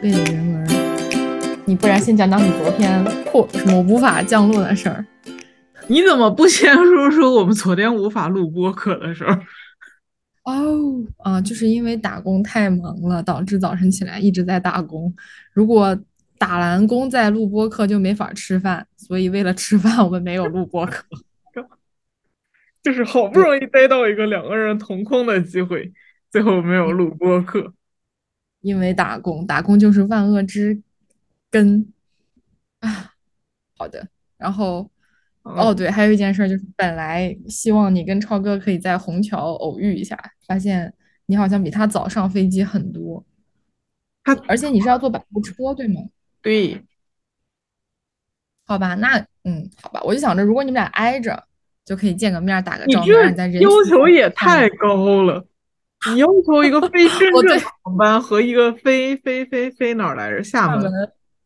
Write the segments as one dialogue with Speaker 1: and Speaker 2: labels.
Speaker 1: 类的人文。你不然先讲讲你昨天破什么无法降落的事儿。
Speaker 2: 你怎么不先说说我们昨天无法录播客的事儿？
Speaker 1: 哦，啊，就是因为打工太忙了，导致早晨起来一直在打工。如果打完工再录播客就没法吃饭，所以为了吃饭我们没有录播客。
Speaker 2: 就是好不容易逮到一个两个人同框的机会，最后没有录播客。
Speaker 1: 因为打工，打工就是万恶之根啊。好的，然后。
Speaker 2: 嗯
Speaker 1: 哦，对，还有一件事儿就是，本来希望你跟超哥可以在虹桥偶遇一下，发现你好像比他早上飞机很多。
Speaker 2: 他
Speaker 1: 而且你是要坐摆渡车，对吗？
Speaker 2: 对，
Speaker 1: 好吧，那嗯，好吧，我就想着，如果你们俩挨着，就可以见个面儿，打个
Speaker 2: 你
Speaker 1: 照面儿。你在
Speaker 2: 这
Speaker 1: 人
Speaker 2: 要
Speaker 1: 群
Speaker 2: 求
Speaker 1: 中
Speaker 2: 也
Speaker 1: 看
Speaker 2: 太
Speaker 1: 到
Speaker 2: 高了。你要求一个飞深
Speaker 1: 我
Speaker 2: 圳
Speaker 1: 对
Speaker 2: 的航班和一个飞飞飞飞哪儿来着？厦
Speaker 1: 厦
Speaker 2: 门
Speaker 1: 门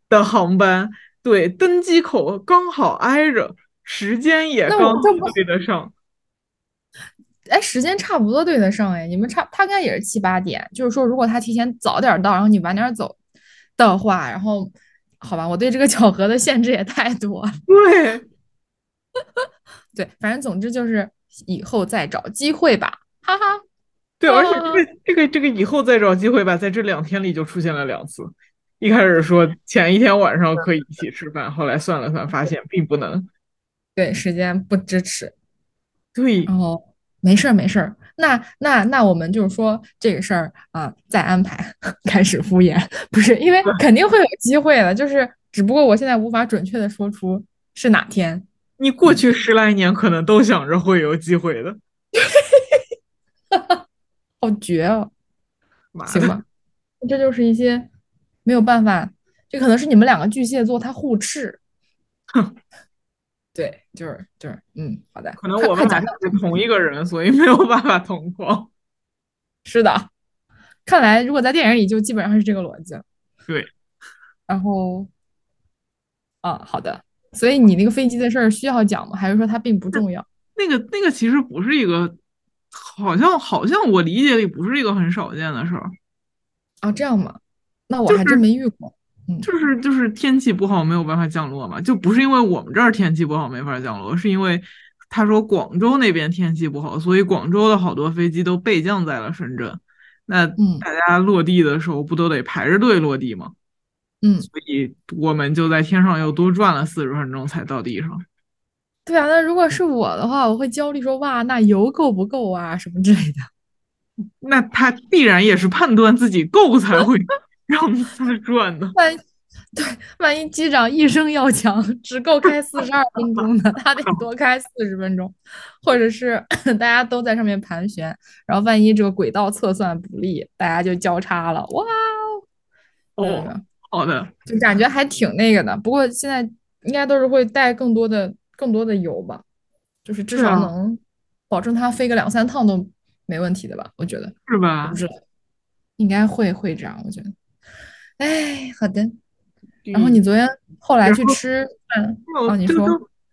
Speaker 2: 的航班，对，登机口刚好挨着，时间也
Speaker 1: 那
Speaker 2: 刚
Speaker 1: 我
Speaker 2: 好
Speaker 1: 这不
Speaker 2: 对得上。
Speaker 1: 哎，时间差不多对得上哎，你们差，他应该也是七八点，就是说如果他提前早点儿到，然后你晚点儿走的话，然后好吧，我对这个巧合的限制也太多了。
Speaker 2: 对，
Speaker 1: 对，反正总之就是以后再找机会吧，哈哈。
Speaker 2: 对，而且
Speaker 1: 啊
Speaker 2: 这个这个这个以后再找机会吧，在这两天里就出现了两次。一开始说前一天晚上可以一起吃饭，后来算了算，发现并不能。
Speaker 1: 对，时间不支持，
Speaker 2: 对，
Speaker 1: 然后没事儿没事儿。那那那我们就是说这个事儿啊、再安排。 开始敷衍，不是因为肯定会有机会的，就是只不过我现在无法准确的说出是哪天。
Speaker 2: 你过去十来年可能都想着会有机会的，
Speaker 1: 好绝哦！
Speaker 2: 妈
Speaker 1: 行
Speaker 2: 的，
Speaker 1: 吧， 这就是一些没有办法，这可能是你们两个巨蟹座它互斥。
Speaker 2: 哼
Speaker 1: 对，就是就是，嗯，好的，
Speaker 2: 可能
Speaker 1: 快
Speaker 2: 我
Speaker 1: 快
Speaker 2: 们俩
Speaker 1: 讲讲。
Speaker 2: 是同一个人，所以没有办法同框。
Speaker 1: 是的，看来如果在电影里就基本上是这个逻辑。
Speaker 2: 对，
Speaker 1: 然后，啊，好的。所以你那个飞机的事儿需要讲吗？还是说它并不重要？
Speaker 2: 那个那个其实不是一个，好像好像我理解里不是一个很少见的事儿，
Speaker 1: 啊，这样吗？那我
Speaker 2: 就
Speaker 1: 还
Speaker 2: 是
Speaker 1: 真没遇过。嗯，
Speaker 2: 就是就是天气不好没有办法降落嘛，就不是因为我们这儿天气不好没法降落，是因为他说广州那边天气不好，所以广州的好多飞机都备降在了深圳，那
Speaker 1: 嗯
Speaker 2: 大家落地的时候不都得排着队落地吗？
Speaker 1: 嗯，
Speaker 2: 所以我们就在天上又多转了四十分钟才到地上。
Speaker 1: 对啊。那如果是我的话，我会焦虑说哇，那油够不够啊，什么之类的。
Speaker 2: 那他必然也是判断自己够才会 让他转的。
Speaker 1: 万一对，万一机长一生要强，只够开四十二分钟的，他得多开四十分钟，或者是 大家都在上面盘旋，然后万一这个轨道测算不利，大家就交叉了，哇哦，没有没有
Speaker 2: 哦，好的，
Speaker 1: 就感觉还挺那个的。不过现在应该都是会带更多的更多的油吧，就是至
Speaker 2: 是
Speaker 1: 少
Speaker 2: 啊
Speaker 1: 能保证它飞个两三趟都没问题的吧，我觉得。
Speaker 2: 是
Speaker 1: 我
Speaker 2: 吧
Speaker 1: 不？知道，应该会会这样，我觉得。哎，好的。然后你昨天后来
Speaker 2: 嗯然
Speaker 1: 去
Speaker 2: 后
Speaker 1: 吃饭，
Speaker 2: 就
Speaker 1: 哦，你
Speaker 2: 就
Speaker 1: 说，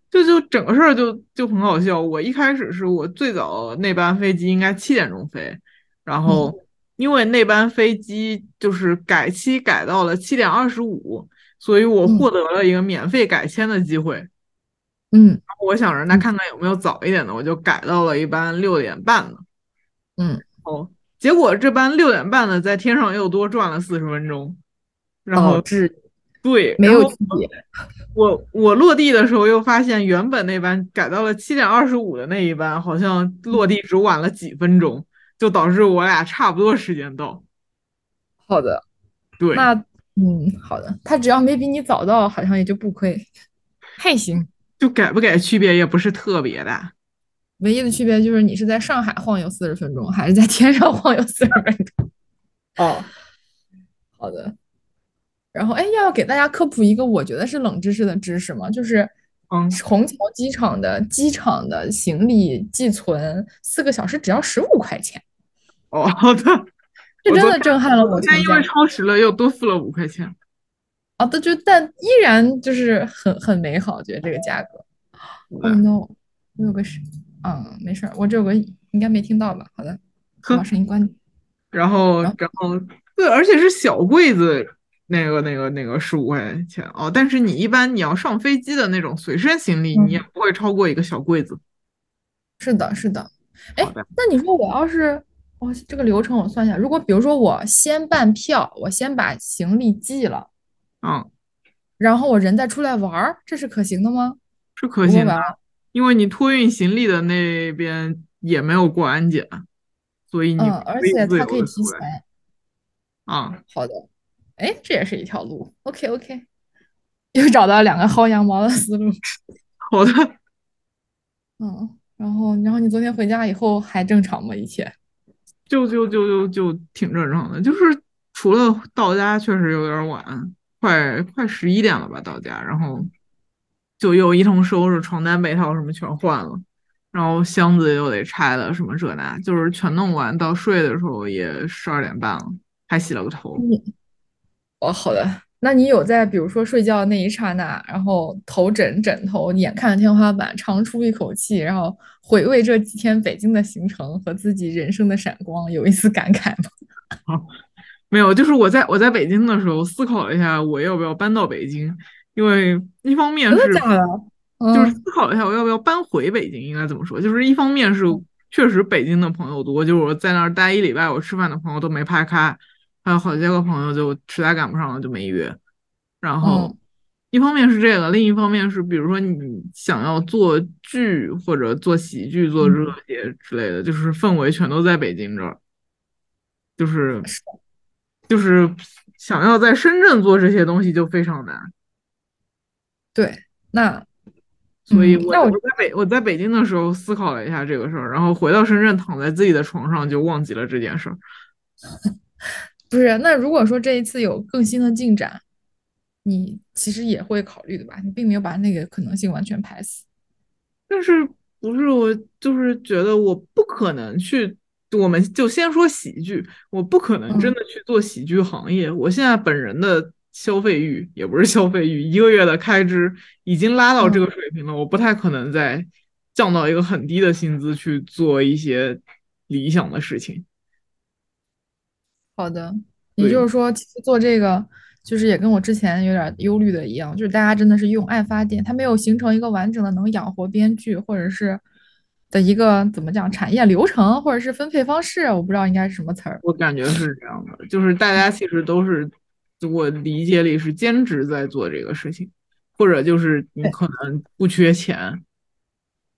Speaker 2: 就就就整个事儿就就很好笑。我一开始是我最早那班飞机应该七点钟飞，然后
Speaker 1: 嗯
Speaker 2: 因为那班飞机就是改期改到了七点二十五，所以我
Speaker 1: 嗯
Speaker 2: 获得了一个免费改签的机会。
Speaker 1: 嗯
Speaker 2: 我想着那
Speaker 1: 嗯
Speaker 2: 看看有没有早一点的，我就改到了一班六点半的。
Speaker 1: 嗯，
Speaker 2: 哦，结果这班六点半的在天上又多转了四十分钟，然后
Speaker 1: 导致
Speaker 2: 对，
Speaker 1: 哦没
Speaker 2: 然
Speaker 1: 有
Speaker 2: 后
Speaker 1: 区别。
Speaker 2: 我我落地的时候又发现原本那班改到了七点二十五的那一班，好像落地只晚了几分钟，就导致我俩差不多时间到。
Speaker 1: 好的，
Speaker 2: 对，
Speaker 1: 那嗯，好的，他只要没比你早到，好像也就不亏，还行。
Speaker 2: 就改不改区别也不是特别大。
Speaker 1: 唯一的区别就是你是在上海晃悠四十分钟，还是在天上晃悠四十分钟。
Speaker 2: 哦，
Speaker 1: 好的。然后，哎，要给大家科普一个我觉得是冷知识的知识嘛，就是
Speaker 2: 嗯，
Speaker 1: 虹桥机场的机场的行李寄存四个小时只要十五块钱，
Speaker 2: 哦，好的。
Speaker 1: 这
Speaker 2: 我
Speaker 1: 真
Speaker 2: 昨
Speaker 1: 的
Speaker 2: 天
Speaker 1: 震撼了我
Speaker 2: 昨天
Speaker 1: 全
Speaker 2: 因为
Speaker 1: 家
Speaker 2: 超时了又多付了五块钱。
Speaker 1: 啊！但就但依然就是很很美好，觉得这个价格。Oh
Speaker 2: 对
Speaker 1: no！我有个是，嗯，没事儿，我这有个应该没听到吧？好的，我
Speaker 2: 呵
Speaker 1: 把声音关掉。
Speaker 2: 然后，
Speaker 1: 然后
Speaker 2: 然后，对，而且是小柜子，那个、那个、那个十五块钱哦。但是你一般你要上飞机的那种随身行李，
Speaker 1: 嗯
Speaker 2: 你也不会超过一个小柜子。
Speaker 1: 是的，是的。哎
Speaker 2: 好的，
Speaker 1: 那你说我要是，我这个流程我算一下，如果比如说我先办票，我先把行李寄了，
Speaker 2: 嗯，
Speaker 1: 然后我人再出来玩儿，这是可行的吗？
Speaker 2: 是可
Speaker 1: 不会
Speaker 2: 行
Speaker 1: 吧
Speaker 2: 的，？因为你托运行李的那边也没有过安检，所以你
Speaker 1: 嗯，而
Speaker 2: 可以
Speaker 1: 且
Speaker 2: 自
Speaker 1: 它可
Speaker 2: 由
Speaker 1: 以
Speaker 2: 的
Speaker 1: 提
Speaker 2: 出来
Speaker 1: 前。
Speaker 2: 啊。
Speaker 1: 好的，哎，这也是一条路。OK OK，又找到两个薅羊毛的思路。
Speaker 2: 好的，
Speaker 1: 嗯，然后然后你昨天回家以后还正常吗？一切？
Speaker 2: 就就就就就挺正常的，就是除了到家确实有点儿晚，快快十一点了吧到家，然后就又一通收拾，床单被套什么全换了，然后箱子又得拆了，什么这那，就是全弄完到睡的时候也十二点半了，还洗了个头，
Speaker 1: 你哦，好的。那你有在比如说睡觉那一刹那，然后头枕枕头，眼看着天花板，长出一口气，然后回味这几天北京的行程和自己人生的闪光，有一丝感慨吗？
Speaker 2: 没有，就是我在我在北京的时候思考了一下，我要不要搬到北京，因为一方面
Speaker 1: 真的
Speaker 2: 是
Speaker 1: 假的？
Speaker 2: 就 是
Speaker 1: 嗯
Speaker 2: 思考了一下，我要不要搬回北京？应该怎么说？就是一方面是
Speaker 1: 嗯
Speaker 2: 确实北京的朋友多，就是我在那儿待一礼拜，我吃饭的朋友都没拍开，还有好些个朋友就实在赶不上了就没约。然后
Speaker 1: 嗯
Speaker 2: 一方面是这个，另一方面是比如说你想要做剧或者做喜剧、做这
Speaker 1: 嗯，
Speaker 2: 些之类的，就是氛围全都在北京这儿，就是
Speaker 1: 是的
Speaker 2: 就是想要在深圳做这些东西就非常难。
Speaker 1: 对。那
Speaker 2: 所以
Speaker 1: 嗯，
Speaker 2: 我
Speaker 1: 那我
Speaker 2: 我在北我在北京的时候思考了一下这个事儿，然后回到深圳躺在自己的床上就忘记了这件事儿。
Speaker 1: 不是，那如果说这一次有更新的进展，你其实也会考虑的吧？你并没有把那个可能性完全排除。
Speaker 2: 但是不是我就是觉得我不可能去，我们就先说喜剧，我不可能真
Speaker 1: 嗯，
Speaker 2: 的去做喜剧行业。我现在本人的消费欲也不是消费欲，一个月的开支已经拉到这
Speaker 1: 嗯，
Speaker 2: 个水平了，我不太可能再降到一个很低的薪资去做一些理想的事情。
Speaker 1: 好的。也就
Speaker 2: 对。
Speaker 1: 是说，其实做这个就是也跟我之前有点忧虑的一样，就是大家真的是用爱发电，它没有形成一个完整的能养活编剧或者是的一个怎么讲产业流程或者是分配方式，我不知道应该是什么词儿。
Speaker 2: 我感觉是这样的，就是大家其实都是，我理解里是兼职在做这个事情，或者就是你
Speaker 1: 对，
Speaker 2: 可能不缺钱，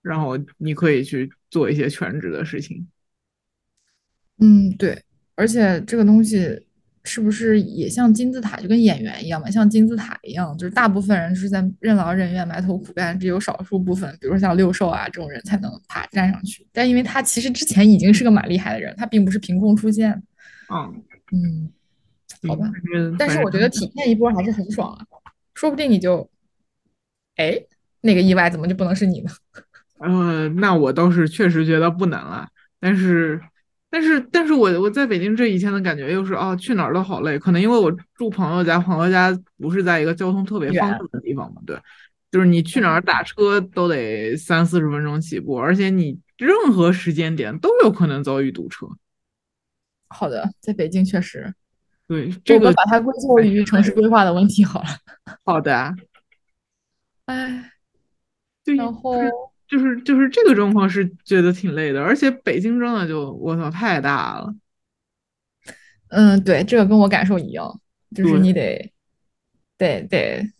Speaker 2: 然后你可以去做一些全职的事情。
Speaker 1: 嗯，对，而且这个东西是不是也像金字塔，就跟演员一样嘛，像金字塔一样，就是大部分人是在任劳任怨、埋头苦干，只有少数部分，比如说像六兽啊这种人才能爬站上去。但因为他其实之前已经是个蛮厉害的人，他并不是凭空出现的。
Speaker 2: 嗯，
Speaker 1: 嗯，好
Speaker 2: 行，
Speaker 1: 吧，
Speaker 2: 反正
Speaker 1: 但
Speaker 2: 反
Speaker 1: 是
Speaker 2: 正
Speaker 1: 我觉得体验一波还是很爽啊，说不定你就，哎，那个意外怎么就不能是你呢？
Speaker 2: 呃，那我倒是确实觉得不难了，但是，但是，但是我我在北京这以前的感觉又是啊，去哪儿都好累，可能因为我住朋友家，朋友家不是在一个交通特别方
Speaker 1: 远，
Speaker 2: 便的地方嘛，对，就是你去哪儿打车都得三四十分钟起步，而且你任何时间点都有可能遭遇堵车，
Speaker 1: 好的，在北京确实，
Speaker 2: 对，这
Speaker 1: 我们
Speaker 2: 个
Speaker 1: 把
Speaker 2: 哎
Speaker 1: 它归咎
Speaker 2: 还挺
Speaker 1: 于城市
Speaker 2: 累的。
Speaker 1: 规划的问题好了。
Speaker 2: 好的啊，
Speaker 1: 哎，
Speaker 2: 对，
Speaker 1: 然
Speaker 2: 就是
Speaker 1: 后。
Speaker 2: 就是就是这个状况是觉得挺累的，而且北京真的就我操太大了，
Speaker 1: 嗯，对，这个跟我感受一样，就是
Speaker 2: 对。
Speaker 1: 你得得得，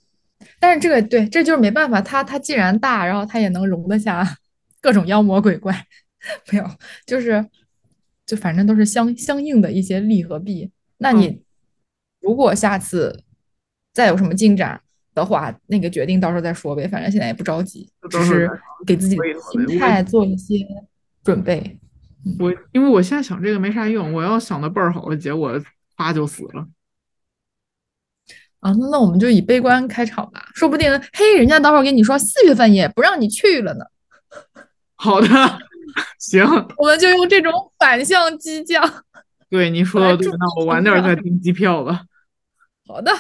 Speaker 1: 但是这个对，这就是没办法，它它既然大，然后它也能容得下 各种妖魔鬼怪， 没有，就是就反正都是相相应的一些利和弊。那
Speaker 2: 嗯。
Speaker 1: 你如果下次再有什么进展的话，那个决定到时候再说呗，反正现在也不着急，
Speaker 2: 就
Speaker 1: 只
Speaker 2: 到时候再
Speaker 1: 是
Speaker 2: 说。
Speaker 1: 给自己
Speaker 2: 我
Speaker 1: 的
Speaker 2: 也好
Speaker 1: 心
Speaker 2: 累，我也
Speaker 1: 态做一些准备。嗯，
Speaker 2: 我因为我现在想这个没啥用，我要想的倍儿好，结果啪就死了。
Speaker 1: 啊，那那我们就以悲观开场吧，说不定，嘿，人家待会儿跟你说四月份也不让你去了呢，
Speaker 2: 好的， 行，
Speaker 1: 我们就用这种反向激将
Speaker 2: 对你说
Speaker 1: 来
Speaker 2: 的对，
Speaker 1: 助
Speaker 2: 那我晚
Speaker 1: 力
Speaker 2: 点儿再
Speaker 1: 成
Speaker 2: 订机票吧。
Speaker 1: 长。好的，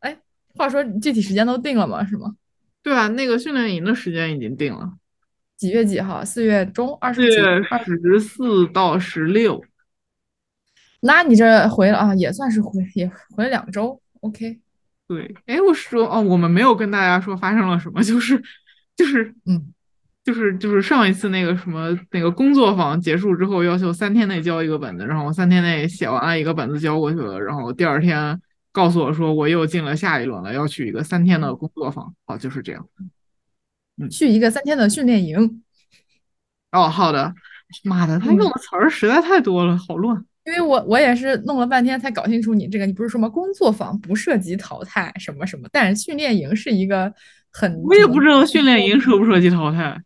Speaker 1: 哎，话说具体时间都定了吗？是吗？
Speaker 2: 对啊，那个训练营的时间已经定了，
Speaker 1: 几月几号？四月中二
Speaker 2: 四
Speaker 1: 十几？
Speaker 2: 月
Speaker 1: 二？
Speaker 2: 十四到十六。
Speaker 1: 那你这回了啊，也算是回，也回了两周。 OK，
Speaker 2: 对，哎，我说哦，我们没有跟大家说发生了什么，就是就是
Speaker 1: 嗯，
Speaker 2: 就是就是上一次那个什么那个工作坊结束之后，要求三天内交一个本子，然后我三天内写完了一个本子交过去了，然后第二天告诉我说我又进了下一轮了，要去一个三天的工作坊。好，就是这样。
Speaker 1: 去一个三天的训练营，
Speaker 2: 哦，好的。妈的，他用的词儿实在太多了，好乱。
Speaker 1: 因为我我也是弄了半天才搞清楚你这个，你不是什么工作坊不涉及淘汰什么什么，但是训练营是一个很，
Speaker 2: 我也不知道训练营涉不涉及淘汰。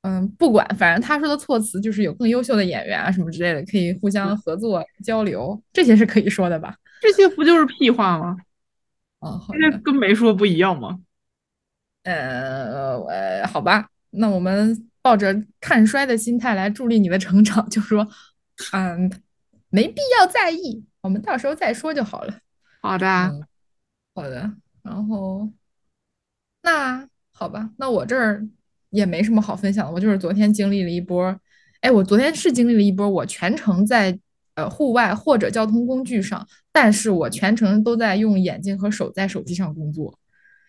Speaker 1: 嗯，不管，反正他说的措辞就是有更优秀的演员啊什么之类的，可以互相合作交流，这些是可以说的吧？
Speaker 2: 这些不就是屁话吗？
Speaker 1: 啊、好
Speaker 2: 这
Speaker 1: 的，
Speaker 2: 跟没说不一样吗？
Speaker 1: 呃，呃，好吧，那我们抱着看衰的心态来助力你的成长，就说，嗯，没必要在意，我们到时候再说就好了。
Speaker 2: 好的，
Speaker 1: 嗯，好的。然后，那好吧，那我这儿也没什么好分享的。我就是昨天经历了一波儿，哎，我昨天是经历了一波儿，我全程在呃户外或者交通工具上，但是我全程都在用眼睛和手在手机上工作，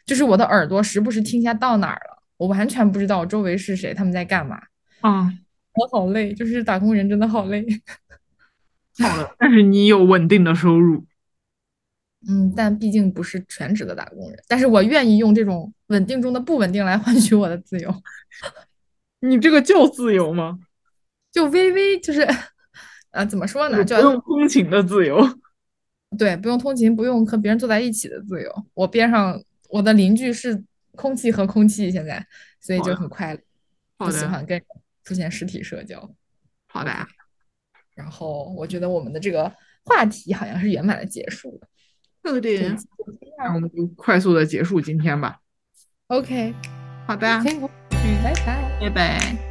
Speaker 1: 就是我的耳朵时不时听一下到哪儿了，我完全不知道我周围是谁，他们在干嘛。
Speaker 2: 啊，
Speaker 1: 我好累，就是打工人真的好累。
Speaker 2: 好的。但是你有稳定的收入，
Speaker 1: 嗯，但毕竟不是全职的打工人，但是我愿意用这种稳定中的不稳定来换取我的自由，
Speaker 2: 你这个叫自由吗？
Speaker 1: 就微微就是，呃，怎么说
Speaker 2: 就是
Speaker 1: 呢，
Speaker 2: 不
Speaker 1: 就
Speaker 2: 用通勤的自由。
Speaker 1: 对，不用通勤，不用和别人坐在一起的自由。我边上我的邻居是空气和空气，现在，所以
Speaker 2: 好
Speaker 1: 就
Speaker 2: 的
Speaker 1: 很快乐，
Speaker 2: 好
Speaker 1: 不喜
Speaker 2: 的
Speaker 1: 欢跟人出现实体社交。
Speaker 2: 好的，啊
Speaker 1: 然后我觉得我们的这个话题好像是圆满的结束了，
Speaker 2: 有
Speaker 1: 这一
Speaker 2: 点。
Speaker 1: 期就这
Speaker 2: 那
Speaker 1: 样
Speaker 2: 我
Speaker 1: 了。
Speaker 2: 们就快速的结束今天吧。
Speaker 1: OK，
Speaker 2: 好的，
Speaker 1: 可以，
Speaker 2: 嗯，
Speaker 1: 拜拜。
Speaker 2: 拜拜。